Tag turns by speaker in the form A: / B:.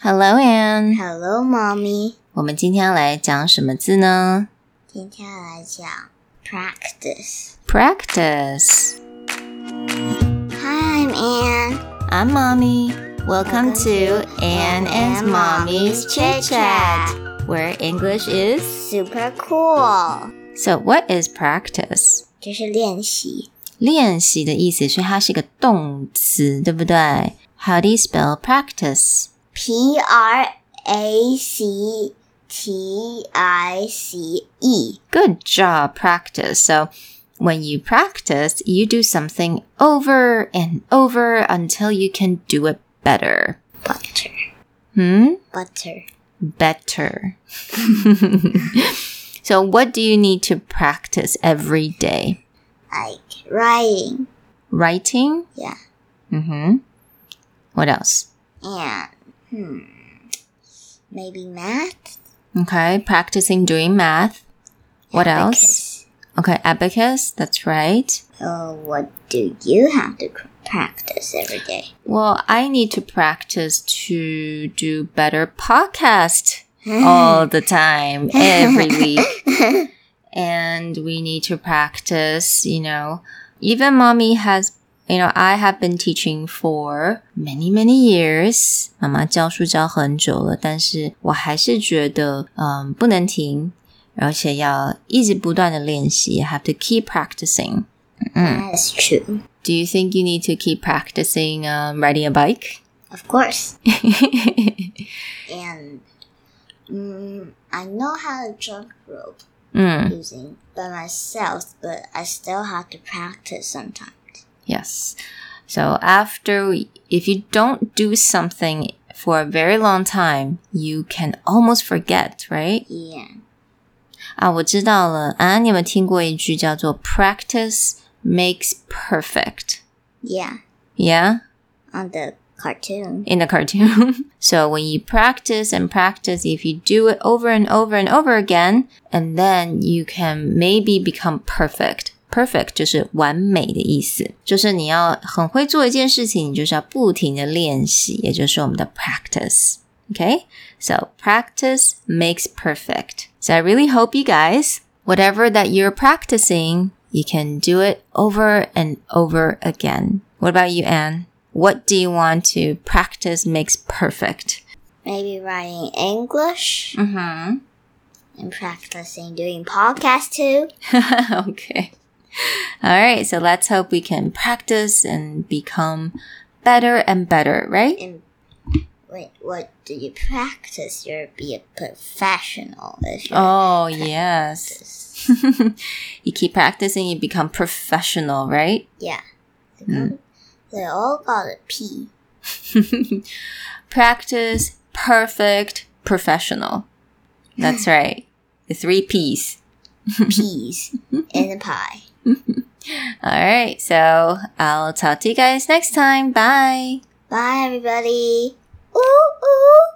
A: Hello, Anne。
B: Hello，猫咪，
A: 我们今天要来讲什么字呢
B: 今天要来讲 practice。
A: ？Practice.
B: Hi，I'm Anne。
A: I'm Mommy. Welcome to Anne and Mommy's Chit Chat, where English is.
B: Super cool，
A: So, what is practice?
B: 就是练习。
A: 练习的意思，所以它是一个动词，对不对？How do you spell practice?
B: P R A C T I C E，
A: Good job, practice. So, when you practice, you do something over and over until you can do it better.
B: butter
A: Hmm?
B: butter
A: Better. so, what do you need to practice every day?
B: like writing
A: Writing?
B: yeah
A: Mm-hmm. What else?
B: and hmm maybe math
A: Okay, practicing doing math. What else?
B: Because,
A: Okay, abacus, that's right.
B: uh, what do you have to practice every day?
A: Well, I need to practice to do better podcast all the time, every week. And we need to practice, you know, even mommy has, you know, I have been teaching for many, many years. 妈妈教书教很久了，但是我还是觉得，嗯，不能停，而且要一直不断的练习。I have to keep practicing.
B: That's true.
A: Do you think you need to keep practicing um, riding a bike?
B: Of course.
A: Hmm,
B: And mm, I know how to jump rope
A: 嗯
B: using by myself, but I still have to practice sometimes.
A: yes. So after, we- if you don't do something for a very long time, you can almost forget, right?
B: Yeah.
A: 啊，我知道了。啊，你有没有听过一句叫做 “practice makes perfect”?
B: Yeah.
A: Yeah,
B: On the cartoon.
A: in the cartoon. so when you practice and practice, if you do it over and over and over again, and then you can maybe become perfect. Perfect 就是完美的意思，就是你要很会做一件事情，你就是要不停的练习，也就是我们的 practice。Okay, so practice makes perfect. So I really hope you guys, whatever that you're practicing, you can do it over and over again. What about you, Anne? What do you want to practice makes perfect?
B: Maybe writing English
A: Mm-hmm.
B: and practicing doing podcast too.
A: okay. All right, so let's hope we can practice and become better and better, right?
B: And wait, what do you practice? You'll be a professional. If you
A: Oh, yes. you keep practicing, you become professional, right?
B: Yeah. They got- They all got a P.
A: practice, perfect, professional. That's right. The three P's.
B: P's in the pie.
A: All right. So I'll talk to you guys next time. Bye.
B: Bye, everybody. Ooh, ooh.